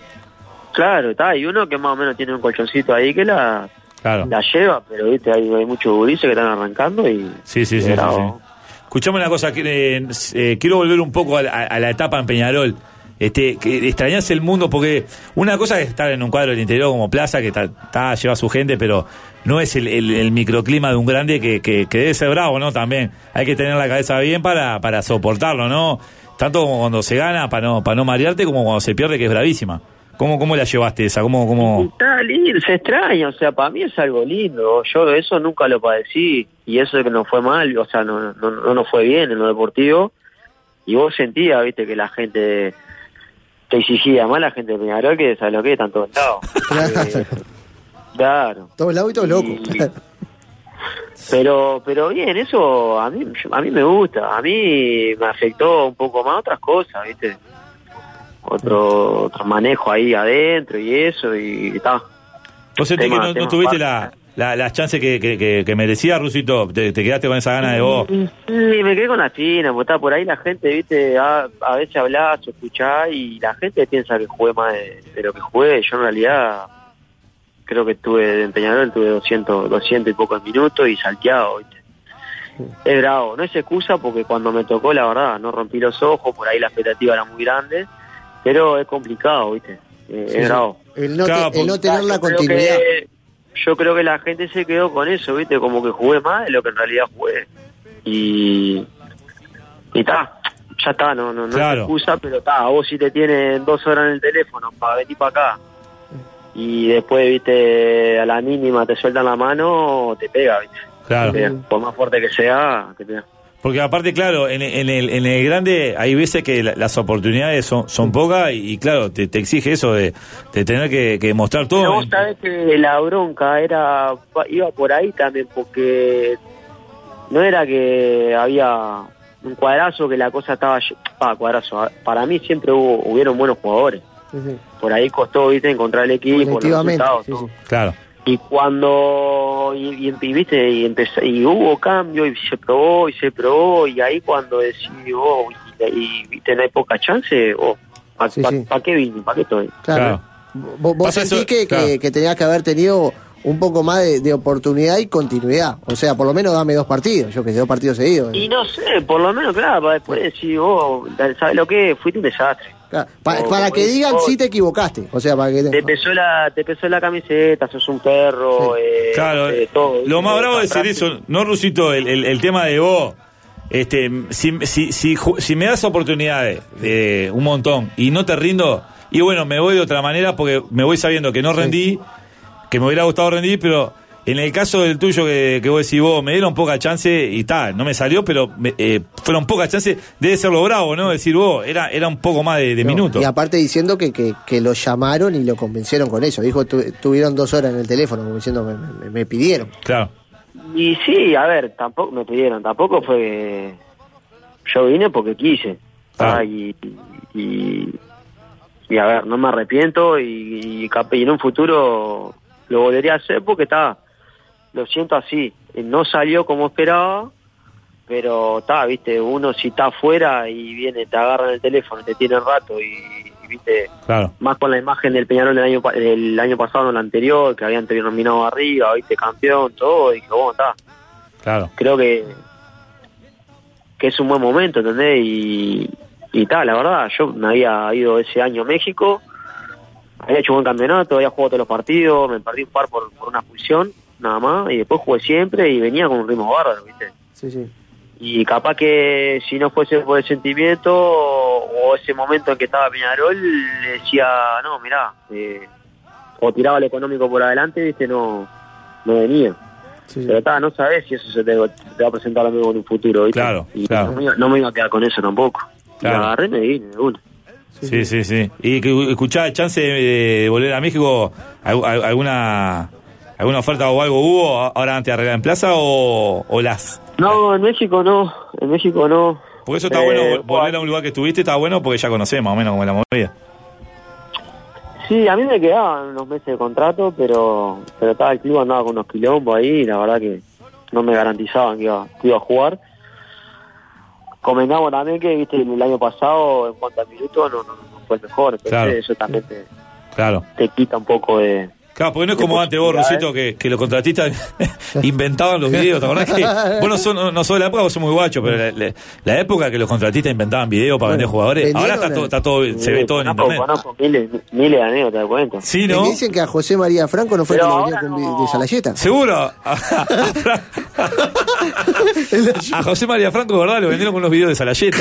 [SPEAKER 7] Claro, está, y uno que más o menos tiene un colchoncito ahí que la,
[SPEAKER 5] Claro.
[SPEAKER 7] la lleva, pero, ¿viste? Hay, hay muchos gurises que están arrancando y...
[SPEAKER 5] Sí, sí, sí. sí,
[SPEAKER 7] Pero-
[SPEAKER 5] sí. Escuchame una cosa, que, eh, eh, quiero volver un poco a la, a la etapa en Peñarol. Este, que extrañas el mundo porque una cosa es estar en un cuadro del interior como Plaza, que ta- ta- lleva a su gente, pero no es el, el- el microclima de un grande que, que- que debe ser bravo, ¿no? También hay que tener la cabeza bien para, para soportarlo, ¿no? Tanto como cuando se gana, para no, para no marearte, como cuando se pierde, que es bravísima. ¿Cómo, cómo la llevaste esa? ¿Cómo, cómo...
[SPEAKER 7] Está lindo, se extraña, o sea, para mí es algo lindo. Yo de eso nunca lo padecí y eso que no fue mal, o sea, no no, no nos fue bien en lo deportivo. Y vos sentías, viste, que la gente te exigía más, la gente de Peñarol, que sabes lo que es, están todos lados. Eh, claro.
[SPEAKER 6] Todos lados y todos locos.
[SPEAKER 7] Y- Pero, pero bien, eso a mí, a mí me gusta. A mí me afectó un poco más otras cosas, ¿viste? Otro, otro manejo ahí adentro y eso, y está.
[SPEAKER 5] ¿Vos sentís que
[SPEAKER 7] Tema-
[SPEAKER 5] no, no
[SPEAKER 7] tema
[SPEAKER 5] tuviste
[SPEAKER 7] aparte.
[SPEAKER 5] la, la- las chances que, que, que- que merecía, Rusito? Te, te quedaste con esa gana de vos.
[SPEAKER 7] Sí, me quedé con la China, porque está por ahí la gente, viste, a, a veces hablas o escuchás y la gente piensa que jugué más de, de lo que jugué. Yo en realidad creo que tuve en Peñarol, tuve 200, 200 y pocos minutos y salteado, viste. Es bravo, no es excusa porque cuando me tocó, la verdad, no rompí los ojos, por ahí la expectativa era muy grande, pero es complicado, viste. Eh,
[SPEAKER 6] Sí,
[SPEAKER 7] es
[SPEAKER 6] sí.
[SPEAKER 7] bravo.
[SPEAKER 6] El no, te-
[SPEAKER 5] Claro,
[SPEAKER 6] el no
[SPEAKER 7] Claro,
[SPEAKER 6] tener la
[SPEAKER 7] yo creo
[SPEAKER 6] continuidad.
[SPEAKER 7] que- yo creo que la gente se quedó con eso, ¿viste? Como que jugué más de lo que en realidad jugué. Y. Y está. Ya está, no, no, no
[SPEAKER 5] Claro.
[SPEAKER 7] es excusa, pero está. Vos si te tienen dos horas en el teléfono para venir para acá y después, viste, a la mínima te sueltan la mano, te pega, ¿viste?
[SPEAKER 5] Claro.
[SPEAKER 7] Te pega. Por más fuerte que sea, te pega.
[SPEAKER 5] Porque aparte, claro, en, en el, en el grande hay veces que la- las oportunidades son, son pocas y, y claro, te, te exige eso de, de tener que, que mostrar todo.
[SPEAKER 7] Pero vos sabés que la bronca era iba por ahí también, porque no era que había un cuadrazo que la cosa estaba... lle- Pa, cuadrazo. ah, Para mí siempre hubo, hubieron buenos jugadores.
[SPEAKER 6] Sí, sí.
[SPEAKER 7] Por ahí costó, viste, encontrar el equipo, los
[SPEAKER 6] Colectivamente.
[SPEAKER 7] resultados,
[SPEAKER 6] sí,
[SPEAKER 7] todo.
[SPEAKER 6] sí.
[SPEAKER 5] Claro,
[SPEAKER 7] Y cuando... Y, y- y viste, y, empezó- y hubo cambio, y se probó, y se probó, y ahí cuando decidió, y, y, viste, no hay poca chance, oh, ¿para
[SPEAKER 6] Sí, sí.
[SPEAKER 7] qué vine? ¿Para qué estoy?
[SPEAKER 5] claro.
[SPEAKER 6] Claro. Vos, vos
[SPEAKER 5] Pasa
[SPEAKER 6] sentís
[SPEAKER 5] eso-
[SPEAKER 6] que, que-
[SPEAKER 5] claro.
[SPEAKER 6] que tenías que haber tenido un poco más de, de oportunidad y continuidad. O sea, por lo menos dame dos partidos, yo que sé, dos partidos seguidos.
[SPEAKER 7] Y no sé, por lo menos, claro, para después decir, vos, ¿sabes lo que? Fuiste un desastre.
[SPEAKER 6] Claro, pa-
[SPEAKER 7] o-
[SPEAKER 6] para que
[SPEAKER 7] o-
[SPEAKER 6] digan
[SPEAKER 7] o-
[SPEAKER 6] si te equivocaste. O sea, para que
[SPEAKER 7] Te pesó la, te pesó la camiseta, sos un perro, eh,
[SPEAKER 5] Claro,
[SPEAKER 7] no sé, todo. eh,
[SPEAKER 5] lo más bravo de ser
[SPEAKER 7] Atrás,
[SPEAKER 5] eso, no Rusito, el, el- el tema de vos. Este, si, si, si, ju- si me das oportunidades de un montón y no te rindo, y bueno, me voy de otra manera porque me voy sabiendo que no rendí, que me hubiera gustado rendir, pero en el caso del tuyo que, que vos decís vos, me dieron poca chance y tal, no me salió, pero me- eh, fueron pocas chances, debe ser lo bravo, ¿no? Decir vos, era, era un poco más de, de minutos.
[SPEAKER 6] Y aparte diciendo que, que, que lo llamaron y lo convencieron con eso. Dijo, tu- tuvieron dos horas en el teléfono, como diciendo, me, me- me pidieron.
[SPEAKER 5] Claro.
[SPEAKER 7] Y sí, a ver, tampoco me pidieron, tampoco fue. que- Yo vine porque quise.
[SPEAKER 5] Ah.
[SPEAKER 7] Ah, y, y, y a ver, no me arrepiento y, y cap- y en un futuro lo volvería a hacer porque está, lo siento así. No salió como esperaba, pero está, viste, uno si está afuera y viene, te agarran el teléfono, te tiene rato y, y, viste,
[SPEAKER 5] Claro.
[SPEAKER 7] más con la imagen del Peñarol del año, pa- del año pasado, no el anterior, que habían terminado arriba, viste, campeón, todo, y dije, bueno, está
[SPEAKER 5] Claro.
[SPEAKER 7] creo que que es un buen momento, ¿entendés? Y, y tal, la verdad, yo me había ido ese año a México, había hecho un buen campeonato, había jugado todos los partidos, me perdí un par por, por una fusión, nada más, y después jugué siempre y venía con un ritmo bárbaro, ¿viste?
[SPEAKER 6] Sí, sí.
[SPEAKER 7] Y capaz que si no fuese por el sentimiento o ese momento en que estaba Peñarol, le decía, no, mirá, eh, o tiraba lo económico por adelante, ¿viste? No, no venía. Pero está, no sabes si eso se te, te va a presentar lo mismo en un futuro. ¿viste?
[SPEAKER 5] Claro,
[SPEAKER 7] Y
[SPEAKER 5] claro.
[SPEAKER 7] No, me iba, no me iba a quedar con eso tampoco.
[SPEAKER 5] Claro.
[SPEAKER 7] Y agarré y me vine de una.
[SPEAKER 5] Sí, sí, sí. ¿Y que- escuchá chance de, de volver a México? ¿Al- al- ¿Alguna alguna oferta o algo hubo ahora antes de arreglar en plaza o, o las?
[SPEAKER 7] No, en México no, en México no.
[SPEAKER 5] Porque Pues eso está
[SPEAKER 7] Eh,
[SPEAKER 5] bueno, vol-
[SPEAKER 7] bueno.
[SPEAKER 5] volver a un lugar que estuviste está bueno porque ya conocés más o menos cómo es la movida.
[SPEAKER 7] Sí, a mí me quedaban unos meses de contrato, pero pero estaba el club andaba con unos quilombos ahí y la verdad que no me garantizaban que iba, que iba a jugar. Comentamos también que viste el año pasado en cuanto a minutos no, no- no fue el mejor, entonces
[SPEAKER 5] Claro.
[SPEAKER 7] eso también te,
[SPEAKER 5] Claro.
[SPEAKER 7] te quita un poco de...
[SPEAKER 5] Claro, porque no es como antes vos, Rusito, que, que los contratistas inventaban los videos, ¿te acordás? Que vos no sos, no, no sos de la época, vos sos muy guacho, pero la, la- la época que los contratistas inventaban videos para vender jugadores, ahora está todo,
[SPEAKER 6] vendieron
[SPEAKER 5] está todo, se ve todo en
[SPEAKER 7] Conozco-
[SPEAKER 5] internet.
[SPEAKER 7] Conozco miles, miles de anécdotas, te cuento.
[SPEAKER 5] Sí,
[SPEAKER 6] Que
[SPEAKER 5] ¿no?
[SPEAKER 6] Dicen que a José María Franco no fue
[SPEAKER 7] Pero
[SPEAKER 6] que lo vendió
[SPEAKER 7] ahora
[SPEAKER 6] con vi-
[SPEAKER 7] no.
[SPEAKER 6] de Salayeta.
[SPEAKER 5] Seguro. A José María Franco, ¿verdad? Lo vendieron con unos videos de Salayeta.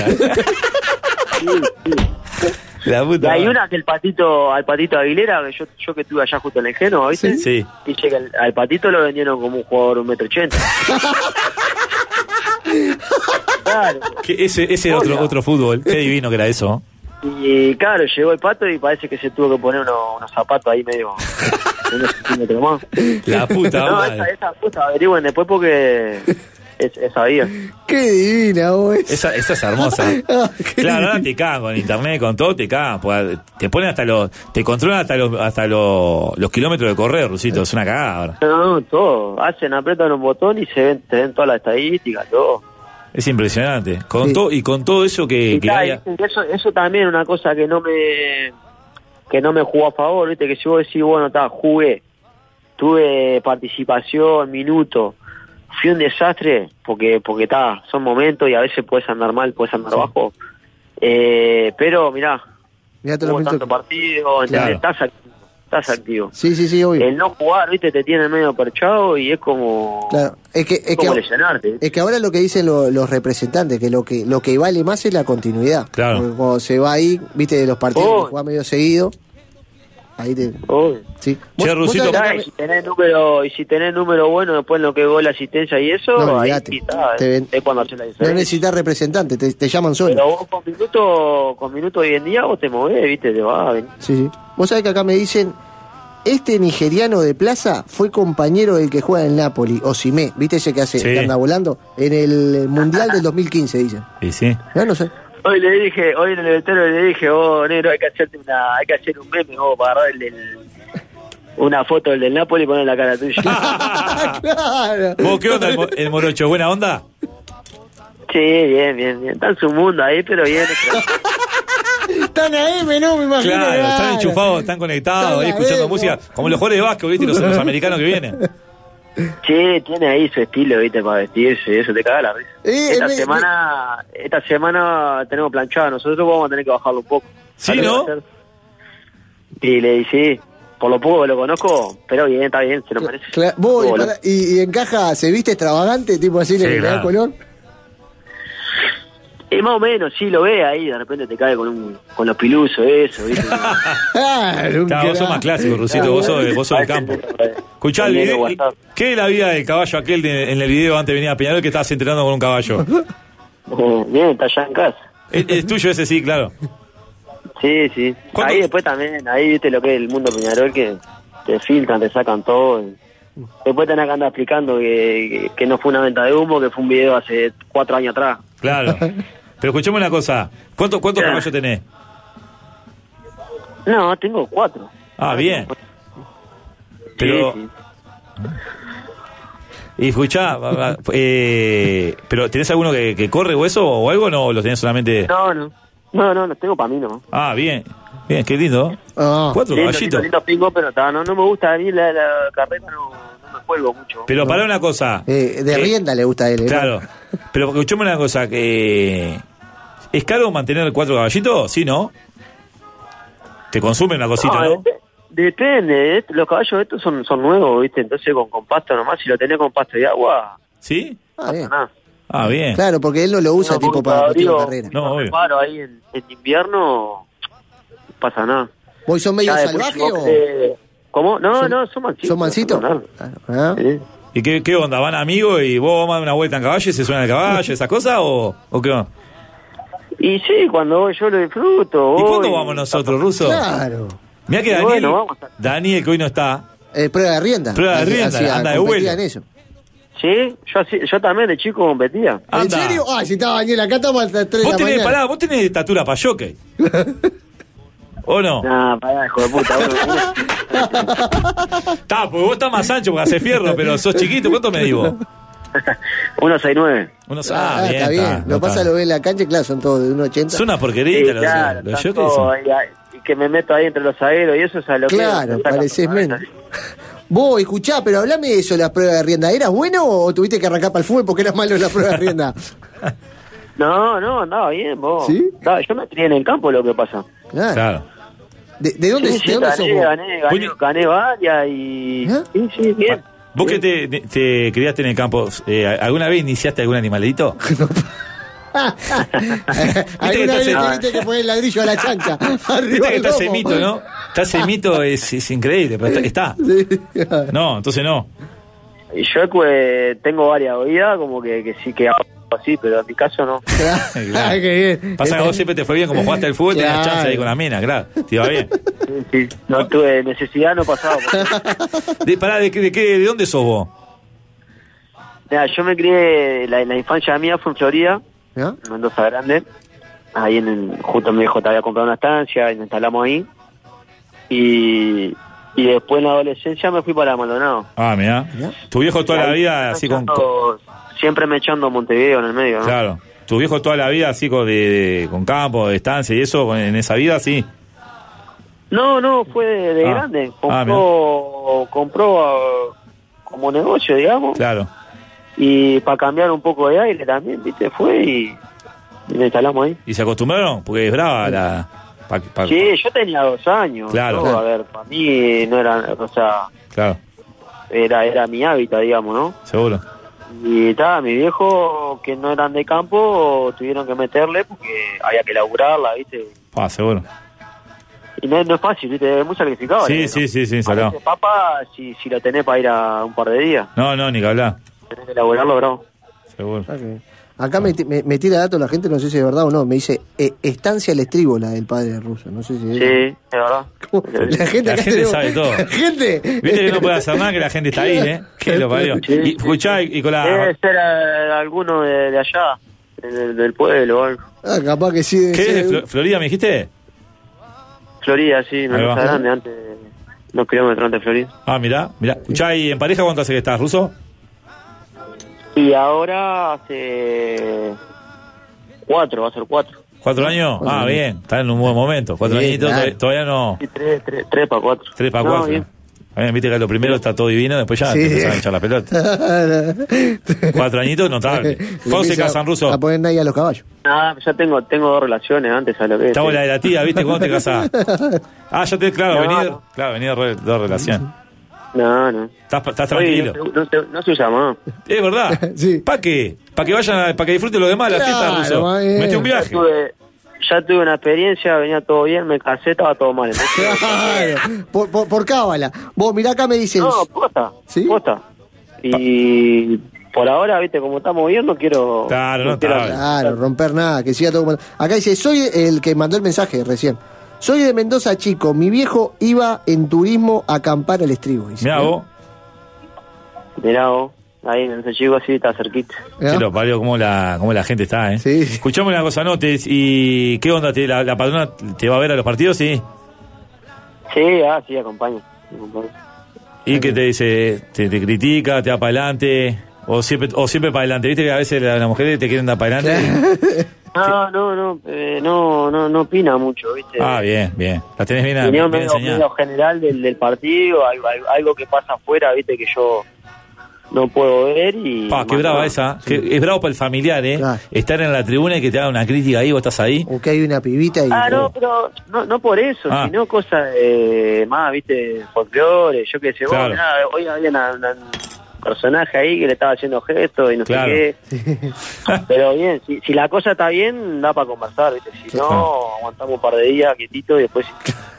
[SPEAKER 5] La
[SPEAKER 7] Y
[SPEAKER 5] puta.
[SPEAKER 7] hay
[SPEAKER 5] madre.
[SPEAKER 7] una que el patito, al patito Aguilera, que yo, yo que estuve allá justo en el Genoa, ¿viste?
[SPEAKER 5] Sí.
[SPEAKER 7] Dice que al, al patito lo vendieron como un jugador de un metro ochenta. claro.
[SPEAKER 5] Que ese ese era otro,
[SPEAKER 7] Hola.
[SPEAKER 5] otro fútbol. Qué divino que era eso.
[SPEAKER 7] Y claro, llegó el pato y parece que se tuvo que poner uno- unos zapatos ahí medio. unos centímetros más.
[SPEAKER 5] La puta
[SPEAKER 7] No, esa,
[SPEAKER 5] madre.
[SPEAKER 7] esa puta, averigüen después porque es, es sabía.
[SPEAKER 6] Qué divina, güey.
[SPEAKER 5] Esa, esa es hermosa.
[SPEAKER 6] Ah, qué
[SPEAKER 5] Claro, ahora
[SPEAKER 6] divina.
[SPEAKER 5] te cagan con internet, con todo, te cagan. pues, Te ponen hasta los. Te controlan hasta los, hasta los, los kilómetros de correr, Rusito. Es una cagada ahora.
[SPEAKER 7] No, no, todo. Hacen, apretan un botón y se ven, te ven todas las estadísticas, todo.
[SPEAKER 5] Es impresionante. Con
[SPEAKER 6] Sí.
[SPEAKER 5] todo- y con todo eso que,
[SPEAKER 7] Y
[SPEAKER 5] que
[SPEAKER 7] tal,
[SPEAKER 5] haya-
[SPEAKER 7] dicen que eso, eso también es una cosa que no me que no me jugó a favor, ¿viste? que si vos decís, bueno, está, jugué, tuve participación, minuto, fui un desastre, porque porque está, son momentos y a veces puedes andar mal, puedes andar bajo, Eh, pero mirá,
[SPEAKER 6] Mirá todos los
[SPEAKER 7] hubo
[SPEAKER 6] minutos
[SPEAKER 7] tanto
[SPEAKER 6] que-
[SPEAKER 7] partido, ¿entendés?
[SPEAKER 5] Claro.
[SPEAKER 7] estás activo, estás activo.
[SPEAKER 6] Sí, sí, sí, obvio.
[SPEAKER 7] El no jugar, viste, te tiene medio perchado y es como,
[SPEAKER 6] Claro. Es que, es que,
[SPEAKER 7] como
[SPEAKER 6] ahora-
[SPEAKER 7] lesionarte. ¿viste?
[SPEAKER 6] es que ahora lo que dicen lo- los representantes, que lo que lo que vale más es la continuidad.
[SPEAKER 5] Claro.
[SPEAKER 6] Porque cuando se va ahí, viste, de los partidos
[SPEAKER 7] Oh.
[SPEAKER 6] que juega medio seguido, ahí te...
[SPEAKER 7] Obvio.
[SPEAKER 6] Sí.
[SPEAKER 5] Che, Rusito,
[SPEAKER 6] sabés
[SPEAKER 7] Ya,
[SPEAKER 6] que-
[SPEAKER 7] y si tenés número y si tenés número bueno después en lo que es gol asistencia y eso
[SPEAKER 6] No,
[SPEAKER 7] ahí
[SPEAKER 6] olvidate.
[SPEAKER 7] sí está, eh,
[SPEAKER 6] Te ven-
[SPEAKER 7] es cuando hace la
[SPEAKER 6] No
[SPEAKER 7] diferencia
[SPEAKER 6] necesitas representante, te, te llaman solo.
[SPEAKER 7] pero vos con minutos con minutos hoy en día vos te movés viste te vas a venir.
[SPEAKER 6] Sí, sí. Vos sabés que acá me dicen, este nigeriano de plaza fue compañero del que juega en Napoli, Osimé, ¿viste ese que hace,
[SPEAKER 5] Sí.
[SPEAKER 6] que anda volando? En el Mundial del 2015, dicen.
[SPEAKER 5] Y sí.
[SPEAKER 6] No, no sé.
[SPEAKER 7] hoy le dije hoy en el vestuario le dije oh negro hay que hacerte una hay que hacer un meme vos para agarrar el del- una foto del del Napoli y poner la cara tuya
[SPEAKER 6] claro.
[SPEAKER 5] ¿Vos qué onda el, mo- el morocho? ¿Buena onda?
[SPEAKER 7] sí bien bien bien está en su mundo ahí pero bien
[SPEAKER 6] Están ahí, no me imagino.
[SPEAKER 5] Claro,
[SPEAKER 6] que
[SPEAKER 5] están
[SPEAKER 6] van.
[SPEAKER 5] enchufados, están conectados,
[SPEAKER 6] Están
[SPEAKER 5] ahí
[SPEAKER 6] a
[SPEAKER 5] escuchando
[SPEAKER 6] ver,
[SPEAKER 5] música.
[SPEAKER 6] ¿no?
[SPEAKER 5] Como los jugadores de básquet, ¿viste? Los, los americanos que vienen.
[SPEAKER 7] Sí, tiene ahí su estilo, viste, para vestirse, eso te caga la risa.
[SPEAKER 6] Sí,
[SPEAKER 7] esta
[SPEAKER 6] en vez-
[SPEAKER 7] semana, esta semana tenemos planchado, nosotros vamos a tener que bajarlo un poco.
[SPEAKER 5] Sí,
[SPEAKER 7] Ahora
[SPEAKER 5] ¿no?
[SPEAKER 7] va a ser- Y le dije, sí, por lo poco que lo conozco, pero bien, está bien, se lo merece.
[SPEAKER 6] Cla- vos, y
[SPEAKER 7] Estuvo
[SPEAKER 6] para- y, y encaja, se viste extravagante, tipo así, le,
[SPEAKER 5] Sí,
[SPEAKER 6] le da
[SPEAKER 5] claro.
[SPEAKER 6] color.
[SPEAKER 7] loco. Y más o menos, sí, lo ve ahí, de repente te cae con, un, con los pilusos, eso, viste.
[SPEAKER 6] Claro, un
[SPEAKER 5] Claro, vos sos más clásico, Rusito, vos sos, de- vos sos del campo. Escuchá el
[SPEAKER 7] También de
[SPEAKER 5] video. y-
[SPEAKER 7] WhatsApp.
[SPEAKER 5] ¿Qué es la vida del caballo aquel de- en el video antes de venir a Peñarol que estabas entrenando con un caballo?
[SPEAKER 7] Eh, Bien, está allá en casa.
[SPEAKER 5] es, es tuyo ese, sí, claro.
[SPEAKER 7] Sí, sí.
[SPEAKER 5] ¿Cuándo-
[SPEAKER 7] Ahí después también, ahí viste lo que es el mundo Peñarol, que te filtran, te sacan todo. Después tenés que andar explicando que, que no fue una venta de humo, que fue un video hace cuatro años atrás.
[SPEAKER 5] Claro. Pero escuchame una cosa. ¿Cuántos, cuántos
[SPEAKER 7] Ya.
[SPEAKER 5] caballos tenés?
[SPEAKER 7] No, tengo cuatro.
[SPEAKER 5] Ah, bien. Pero,
[SPEAKER 7] Sí,
[SPEAKER 5] y escuchá, va- va, eh, ¿pero tenés alguno que, que corre o eso o algo? ¿No los tenés solamente...?
[SPEAKER 7] sí. No, no. No, no, los tengo para mí, no.
[SPEAKER 5] Ah, bien. Bien, qué lindo.
[SPEAKER 6] Ah.
[SPEAKER 5] Cuatro
[SPEAKER 7] Lindo, lindo,
[SPEAKER 5] caballitos.
[SPEAKER 7] lindo pingo, pero ta, no, no me gusta a mí la, la carrera, no, no me cuelgo mucho.
[SPEAKER 5] Pero para una cosa.
[SPEAKER 6] Eh, de
[SPEAKER 5] eh,
[SPEAKER 6] rienda le gusta a él. ¿eh?
[SPEAKER 5] Claro. Pero escuchame una cosa. que eh, ¿Es caro mantener cuatro caballitos? Sí, ¿no? Te consume una cosita,
[SPEAKER 7] No, eh.
[SPEAKER 5] ¿no?
[SPEAKER 7] dep- Depende, eh, los caballos estos son, son nuevos, ¿viste? Entonces con, con pasto nomás, si lo tenés con pasto y agua,
[SPEAKER 5] ¿Sí?
[SPEAKER 6] Ah, bien.
[SPEAKER 7] nada.
[SPEAKER 5] Ah, bien.
[SPEAKER 6] Claro, porque él no lo usa
[SPEAKER 7] No,
[SPEAKER 6] tipo
[SPEAKER 7] porque
[SPEAKER 6] para motivo
[SPEAKER 7] abrigo,
[SPEAKER 6] de carrera.
[SPEAKER 5] No,
[SPEAKER 7] me
[SPEAKER 5] obvio.
[SPEAKER 7] paro ahí en, en invierno, no pasa nada.
[SPEAKER 6] ¿Vos son medio
[SPEAKER 7] Ya después
[SPEAKER 6] salvajes
[SPEAKER 7] si vos
[SPEAKER 6] o
[SPEAKER 7] querés- ¿Cómo? No,
[SPEAKER 6] Son-
[SPEAKER 7] no, son mancitos.
[SPEAKER 6] son mancitos?
[SPEAKER 7] eh, no, no.
[SPEAKER 6] Ah,
[SPEAKER 7] Sí.
[SPEAKER 5] ¿Y qué, qué onda? ¿Van amigos y vos vamos a dar una vuelta en caballo y se suena el caballo, esas cosas? ¿O, o qué onda?
[SPEAKER 7] Y sí, cuando voy yo lo disfruto.
[SPEAKER 5] ¿Y
[SPEAKER 7] voy,
[SPEAKER 5] cuándo vamos nosotros, Ruso?
[SPEAKER 6] Claro.
[SPEAKER 5] Mirá que
[SPEAKER 7] Y
[SPEAKER 5] Daniel,
[SPEAKER 7] bueno, vamos a-
[SPEAKER 5] Daniel, que hoy no está.
[SPEAKER 6] Eh, prueba de rienda.
[SPEAKER 5] Prueba de rienda, anda de
[SPEAKER 6] competir
[SPEAKER 5] vuelo.
[SPEAKER 6] en eso.
[SPEAKER 7] Sí, yo, así- yo también de chico competía.
[SPEAKER 6] ¿En
[SPEAKER 5] Anda.
[SPEAKER 6] serio? Ah, si estaba Daniel acá, estamos hasta 3 de
[SPEAKER 5] Vos
[SPEAKER 6] la
[SPEAKER 5] tenés,
[SPEAKER 6] mañana.
[SPEAKER 5] pará, vos tenés estatura para jockey. ¿O no?
[SPEAKER 7] Nah, pará, hijo de puta. bueno,
[SPEAKER 5] Está, porque pues vos estás más ancho porque haces fierro, pero sos chiquito. ¿Cuánto me vos?
[SPEAKER 7] uno- 169.
[SPEAKER 5] Uno sabe.
[SPEAKER 6] Ah, está bien.
[SPEAKER 5] está,
[SPEAKER 6] lo
[SPEAKER 5] no
[SPEAKER 6] pasa,
[SPEAKER 5] está.
[SPEAKER 6] lo ve en la cancha, y claro, son todos de 1,80.
[SPEAKER 5] Es una porquerita
[SPEAKER 7] Sí,
[SPEAKER 5] los,
[SPEAKER 7] claro,
[SPEAKER 5] los
[SPEAKER 7] tanto
[SPEAKER 5] jockeys. son-
[SPEAKER 7] ahí- ahí- y que me meto ahí entre los zagueros y eso es a lo que-
[SPEAKER 6] Claro,
[SPEAKER 7] me saca
[SPEAKER 6] parecés
[SPEAKER 7] por la cabeza.
[SPEAKER 6] menos. Vos, escuchá, pero hablame de eso, las pruebas de rienda. ¿Eras bueno o tuviste que arrancar para el fútbol porque eras malo en las pruebas de rienda?
[SPEAKER 7] No, no, andaba bien vos.
[SPEAKER 6] ¿Sí?
[SPEAKER 7] Andaba- yo me crié en el campo lo que pasa.
[SPEAKER 6] Claro.
[SPEAKER 5] Claro.
[SPEAKER 6] ¿De, de dónde,
[SPEAKER 7] Sí, sí,
[SPEAKER 6] de dónde sos
[SPEAKER 7] gané,
[SPEAKER 6] vos?
[SPEAKER 7] gané, gané,
[SPEAKER 5] Puño-
[SPEAKER 7] gané varias y...
[SPEAKER 6] ¿Eh?
[SPEAKER 7] Sí, sí, bien.
[SPEAKER 5] Vos que te, te criaste en el campo, eh, ¿alguna vez iniciaste algún animalito?
[SPEAKER 6] Alguna vez
[SPEAKER 5] Viste que
[SPEAKER 6] le
[SPEAKER 5] estás-
[SPEAKER 6] tuviste que poner el ladrillo a la chancha.
[SPEAKER 5] Viste
[SPEAKER 6] Arriba del
[SPEAKER 5] que está ese
[SPEAKER 6] lomo.
[SPEAKER 5] mito, ¿no? Está ese mito, es, es increíble, pero está. está.
[SPEAKER 6] Sí.
[SPEAKER 5] No, entonces no.
[SPEAKER 7] Y yo pues, tengo varias oídas, como que, que sí que hago así, pero en mi caso no.
[SPEAKER 6] Ah, qué bien.
[SPEAKER 5] Pasa que vos siempre te fue bien, como jugaste al fútbol, tenías
[SPEAKER 6] Claro.
[SPEAKER 5] chance ahí con las minas, claro. Te iba bien.
[SPEAKER 7] Sí, sí. No tuve necesidad, no pasaba. por-
[SPEAKER 5] De, pará, ¿de, qué- de, qué- de dónde sos vos?
[SPEAKER 7] Mira, yo me crié, la, la infancia mía fue en Florida,
[SPEAKER 6] ¿No?
[SPEAKER 7] en Mendoza Grande. Ahí en el, justo mi hijo te había comprado una estancia y nos instalamos ahí. Y, y después en la adolescencia me fui para Maldonado.
[SPEAKER 5] Ah, mirá. Tu viejo toda la
[SPEAKER 7] Ahí
[SPEAKER 5] vida
[SPEAKER 7] me
[SPEAKER 5] así con. con-
[SPEAKER 7] echando- Siempre me echando Montevideo en el medio, ¿no?
[SPEAKER 5] Claro. Tu viejo toda la vida así con, de, de- con campo, de estancia y eso, con- en esa vida, sí.
[SPEAKER 7] No, no, fue de, de
[SPEAKER 5] Ah.
[SPEAKER 7] grande.
[SPEAKER 5] Ah,
[SPEAKER 7] Compró, compró ah, como negocio, digamos.
[SPEAKER 5] Claro.
[SPEAKER 7] Y para cambiar un poco de aire también, ¿viste? Fue y, y nos instalamos ahí.
[SPEAKER 5] ¿Y se acostumbraron? Porque es brava la. pa- pa-
[SPEAKER 7] Sí, yo tenía dos años.
[SPEAKER 5] Claro.
[SPEAKER 7] yo, A ver, para mí eh, no era, o sea,
[SPEAKER 5] Claro,
[SPEAKER 7] era, era mi hábitat, digamos, ¿no?
[SPEAKER 5] seguro.
[SPEAKER 7] Y estaba mi viejo, que no eran de campo, tuvieron que meterle porque había que laburarla, ¿viste?
[SPEAKER 5] Ah, seguro.
[SPEAKER 7] Y no, no es fácil, ¿viste? Es muy sacrificado.
[SPEAKER 5] Sí,
[SPEAKER 7] ¿no?
[SPEAKER 5] sí, sí, sí,
[SPEAKER 7] A
[SPEAKER 5] salado.
[SPEAKER 7] veces, papá, si, si lo tenés para ir a un par de días,
[SPEAKER 5] No, no, ni que hablar.
[SPEAKER 7] tenés que laburarlo, bravo.
[SPEAKER 5] Seguro.
[SPEAKER 6] Ah, qué bien. Acá me, ti- me- me tira datos la gente, no sé si es verdad o no. Me dice eh, estancia el estribo, la del padre ruso. No sé si es.
[SPEAKER 7] Sí, es verdad.
[SPEAKER 6] ¿Cómo? La gente,
[SPEAKER 5] La
[SPEAKER 6] acá
[SPEAKER 5] gente
[SPEAKER 6] tenemos-
[SPEAKER 5] sabe todo.
[SPEAKER 6] La gente.
[SPEAKER 5] Viste que no puede hacer nada que la gente está ahí, ¿eh? Que lo parió. Y, escuchá, y con la.
[SPEAKER 7] Debe ser eh, alguno de, de allá, del, del pueblo o algo.
[SPEAKER 6] Ah, capaz que sí.
[SPEAKER 5] ¿Qué
[SPEAKER 6] sí,
[SPEAKER 5] es de Flo- Florida, me dijiste?
[SPEAKER 7] Florida, sí, no
[SPEAKER 5] Ahí va.
[SPEAKER 7] está grande, antes, unos kilómetros antes de Florida.
[SPEAKER 5] Ah, mirá, mirá. Escuchá, ¿y en pareja cuánto hace que estás, ruso?
[SPEAKER 7] Y ahora hace cuatro, va a ser cuatro.
[SPEAKER 5] ¿Cuatro años?
[SPEAKER 6] Cuatro
[SPEAKER 5] Ah,
[SPEAKER 6] años.
[SPEAKER 5] bien. Está en un buen momento. Cuatro
[SPEAKER 6] Sí,
[SPEAKER 5] añitos,
[SPEAKER 6] claro.
[SPEAKER 5] to- todavía no.
[SPEAKER 7] Sí, tres, tres, tres para cuatro.
[SPEAKER 5] Tres para
[SPEAKER 7] No,
[SPEAKER 5] cuatro.
[SPEAKER 7] bien.
[SPEAKER 5] Eh, Viste que lo primero está todo divino, después ya
[SPEAKER 6] Sí.
[SPEAKER 5] te empezaron a echar la pelota. Cuatro añitos, notable.
[SPEAKER 6] Le empieza
[SPEAKER 5] Fonseca, San Russo.
[SPEAKER 6] A poner nadie a los caballos.
[SPEAKER 7] Nada, Ah, ya tengo, tengo dos relaciones antes a lo que es.
[SPEAKER 5] Estaba
[SPEAKER 7] sí.
[SPEAKER 5] la de la tía, ¿viste? ¿Cuándo te casás? Ah, ya te, claro,
[SPEAKER 7] No,
[SPEAKER 5] venir,
[SPEAKER 7] no.
[SPEAKER 5] claro, venir re- dos relaciones.
[SPEAKER 7] No, no.
[SPEAKER 5] Estás, estás
[SPEAKER 7] Oye,
[SPEAKER 5] tranquilo.
[SPEAKER 7] no, se- no se- no se llamó.
[SPEAKER 5] Es verdad.
[SPEAKER 6] Sí.
[SPEAKER 5] ¿Para qué? ¿Para que vayan, a- para que disfruten los demás de la
[SPEAKER 6] Claro,
[SPEAKER 5] fiesta, Russo?
[SPEAKER 6] va eh. bien.
[SPEAKER 5] Mete un
[SPEAKER 7] Ya
[SPEAKER 5] viaje.
[SPEAKER 7] tuve, ya tuve una experiencia, venía todo bien, me casé, estaba todo mal. entonces-
[SPEAKER 6] Claro, por, por, por cábala. Vos mirá acá me dicen.
[SPEAKER 7] no, posta.
[SPEAKER 6] ¿Sí?
[SPEAKER 7] Posta. Y por ahora, viste, como estamos bien, no quiero.
[SPEAKER 5] Claro, no
[SPEAKER 7] quiero-
[SPEAKER 5] está.
[SPEAKER 6] Claro, romper nada, que siga todo como- Acá dice, soy el que mandó el mensaje recién. Soy de Mendoza chico, mi viejo iba en turismo a acampar al estribo. dice.
[SPEAKER 5] Mirá vos,
[SPEAKER 7] Mirá vos, ahí en ese chico así está cerquita.
[SPEAKER 6] ¿Ya?
[SPEAKER 5] que lo parió, cómo la, cómo la gente está, ¿eh?
[SPEAKER 6] Sí.
[SPEAKER 5] Escuchame una cosa, Notes, ¿y qué onda? Te, la, la patrona te va a ver a los partidos? Sí.
[SPEAKER 7] Sí, ah, sí, acompaña. acompaña.
[SPEAKER 5] ¿Y qué te dice? ¿Te, te critica? ¿Te da para adelante? ¿O siempre, o siempre para adelante? ¿Viste que a veces la- las mujeres te quieren dar para adelante?
[SPEAKER 7] No, no, no, eh, no, no, no opina mucho, viste.
[SPEAKER 5] Ah, bien, bien. La tenés bien, bien
[SPEAKER 7] Opinión medio, medio
[SPEAKER 5] enseñada.
[SPEAKER 7] general del, del partido, algo, algo- algo que pasa afuera, viste, que yo no puedo ver y...
[SPEAKER 5] Pa, qué
[SPEAKER 7] más
[SPEAKER 5] brava
[SPEAKER 7] nada.
[SPEAKER 5] esa. Que- es bravo para el familiar, ¿eh?
[SPEAKER 6] Claro.
[SPEAKER 5] Estar en la tribuna y que te haga una crítica ahí, vos estás ahí.
[SPEAKER 6] O que hay una pibita y... eh,
[SPEAKER 7] Ah, no, pero no, no por eso,
[SPEAKER 5] Ah.
[SPEAKER 7] sino cosas eh, más, viste, folclore, yo qué sé, vos,
[SPEAKER 5] Claro.
[SPEAKER 7] mirá, hoy había una- una- un personaje ahí que le estaba haciendo gestos y no
[SPEAKER 5] Claro.
[SPEAKER 7] sé qué. Pero bien, si, si la cosa está bien, da para conversar, viste, si no, aguantamos un par de días quietito y después...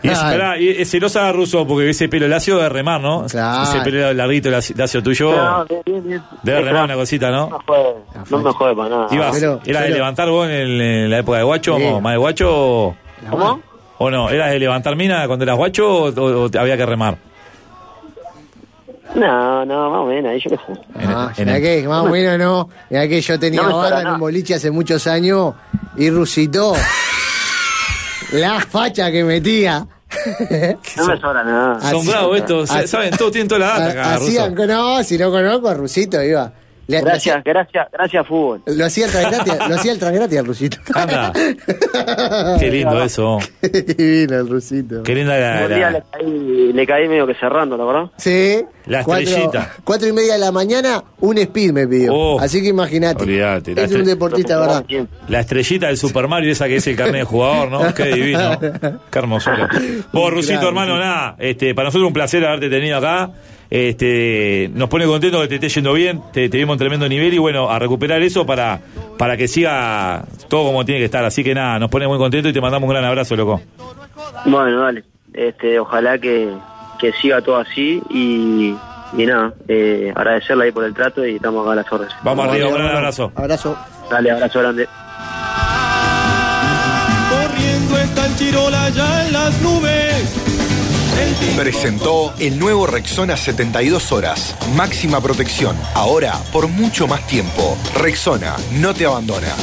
[SPEAKER 5] Y es,
[SPEAKER 6] Claro.
[SPEAKER 5] pará, y es celosa ruso porque ese pelo lacio debe remar, ¿no?
[SPEAKER 6] Claro.
[SPEAKER 5] Ese pelo larguito lacio lacio tuyo
[SPEAKER 7] No, bien, bien, bien.
[SPEAKER 5] Oh. debe
[SPEAKER 7] Es
[SPEAKER 5] remar
[SPEAKER 7] bravo.
[SPEAKER 5] una cosita,
[SPEAKER 7] No me
[SPEAKER 5] ¿no?
[SPEAKER 7] jode, no me jode para nada.
[SPEAKER 5] Ibas-
[SPEAKER 6] pero-
[SPEAKER 5] ¿Era de
[SPEAKER 6] pero-
[SPEAKER 5] levantar vos en, el- en la época de guacho,
[SPEAKER 6] Sí.
[SPEAKER 5] o más de guacho? O,
[SPEAKER 7] ¿Cómo?
[SPEAKER 5] o no? ¿Eras de levantar mina cuando eras guacho o, o te había que remar?
[SPEAKER 7] No, no, más o menos, ahí yo qué sé.
[SPEAKER 6] Ah,
[SPEAKER 5] En-
[SPEAKER 6] mirá
[SPEAKER 5] en-
[SPEAKER 6] que, más bueno no. Mirá que yo tenía
[SPEAKER 7] No me
[SPEAKER 6] barra en
[SPEAKER 7] estará
[SPEAKER 6] un boliche hace muchos años y rusitó. la facha que metía.
[SPEAKER 7] No me sobra nada.
[SPEAKER 6] Ah,
[SPEAKER 5] Son
[SPEAKER 6] Así-
[SPEAKER 5] bravos estos,
[SPEAKER 6] así-
[SPEAKER 5] saben, todos tienen toda la data acá,
[SPEAKER 6] Hacían,
[SPEAKER 5] Ah, ruso.
[SPEAKER 6] Ah, no, si no conozco a Rusito, iba. Le- le hacía-
[SPEAKER 7] Gracias, gracias, gracias fútbol.
[SPEAKER 6] Lo hacía el transgratia, lo hacía el transgratia el rusito.
[SPEAKER 5] Anda. Qué lindo eso.
[SPEAKER 6] Qué divino el rusito.
[SPEAKER 5] Qué linda la,
[SPEAKER 7] Un día le
[SPEAKER 5] la-
[SPEAKER 7] caí, le caí medio que cerrando, ¿la verdad?
[SPEAKER 6] Sí.
[SPEAKER 5] La
[SPEAKER 6] Cuatro-
[SPEAKER 5] estrellita.
[SPEAKER 6] Cuatro y media de la mañana, un speed me pidió.
[SPEAKER 5] Oh.
[SPEAKER 6] Así que imagínate.
[SPEAKER 5] Olvídate, la
[SPEAKER 6] Es un
[SPEAKER 5] estre-
[SPEAKER 6] deportista, ¿verdad?
[SPEAKER 5] la estrellita del Super Mario, esa que es el carnet de jugador, ¿no? Qué divino. Qué hermosura. Vos, Rusito,
[SPEAKER 6] Claro,
[SPEAKER 5] hermano,
[SPEAKER 6] sí.
[SPEAKER 5] nada. Este, para nosotros un placer haberte tenido acá. Este, nos pone contento que te esté yendo bien, te, te vimos en tremendo nivel y bueno, a recuperar eso para, para que siga todo como tiene que estar. Así que nada, nos pone muy contento y te mandamos un gran abrazo, loco.
[SPEAKER 7] Bueno, dale. Este, ojalá que, que siga todo así y, y nada, eh, agradecerle ahí por el trato y estamos acá a las órdenes.
[SPEAKER 5] Vamos arriba, un gran abrazo.
[SPEAKER 6] Abrazo.
[SPEAKER 7] Dale, abrazo grande.
[SPEAKER 8] Corriendo está el Chirola ya en las nubes. El ti-
[SPEAKER 1] Presentó el nuevo Rexona 72 horas. Máxima protección. Ahora por mucho más tiempo. Rexona no te abandona.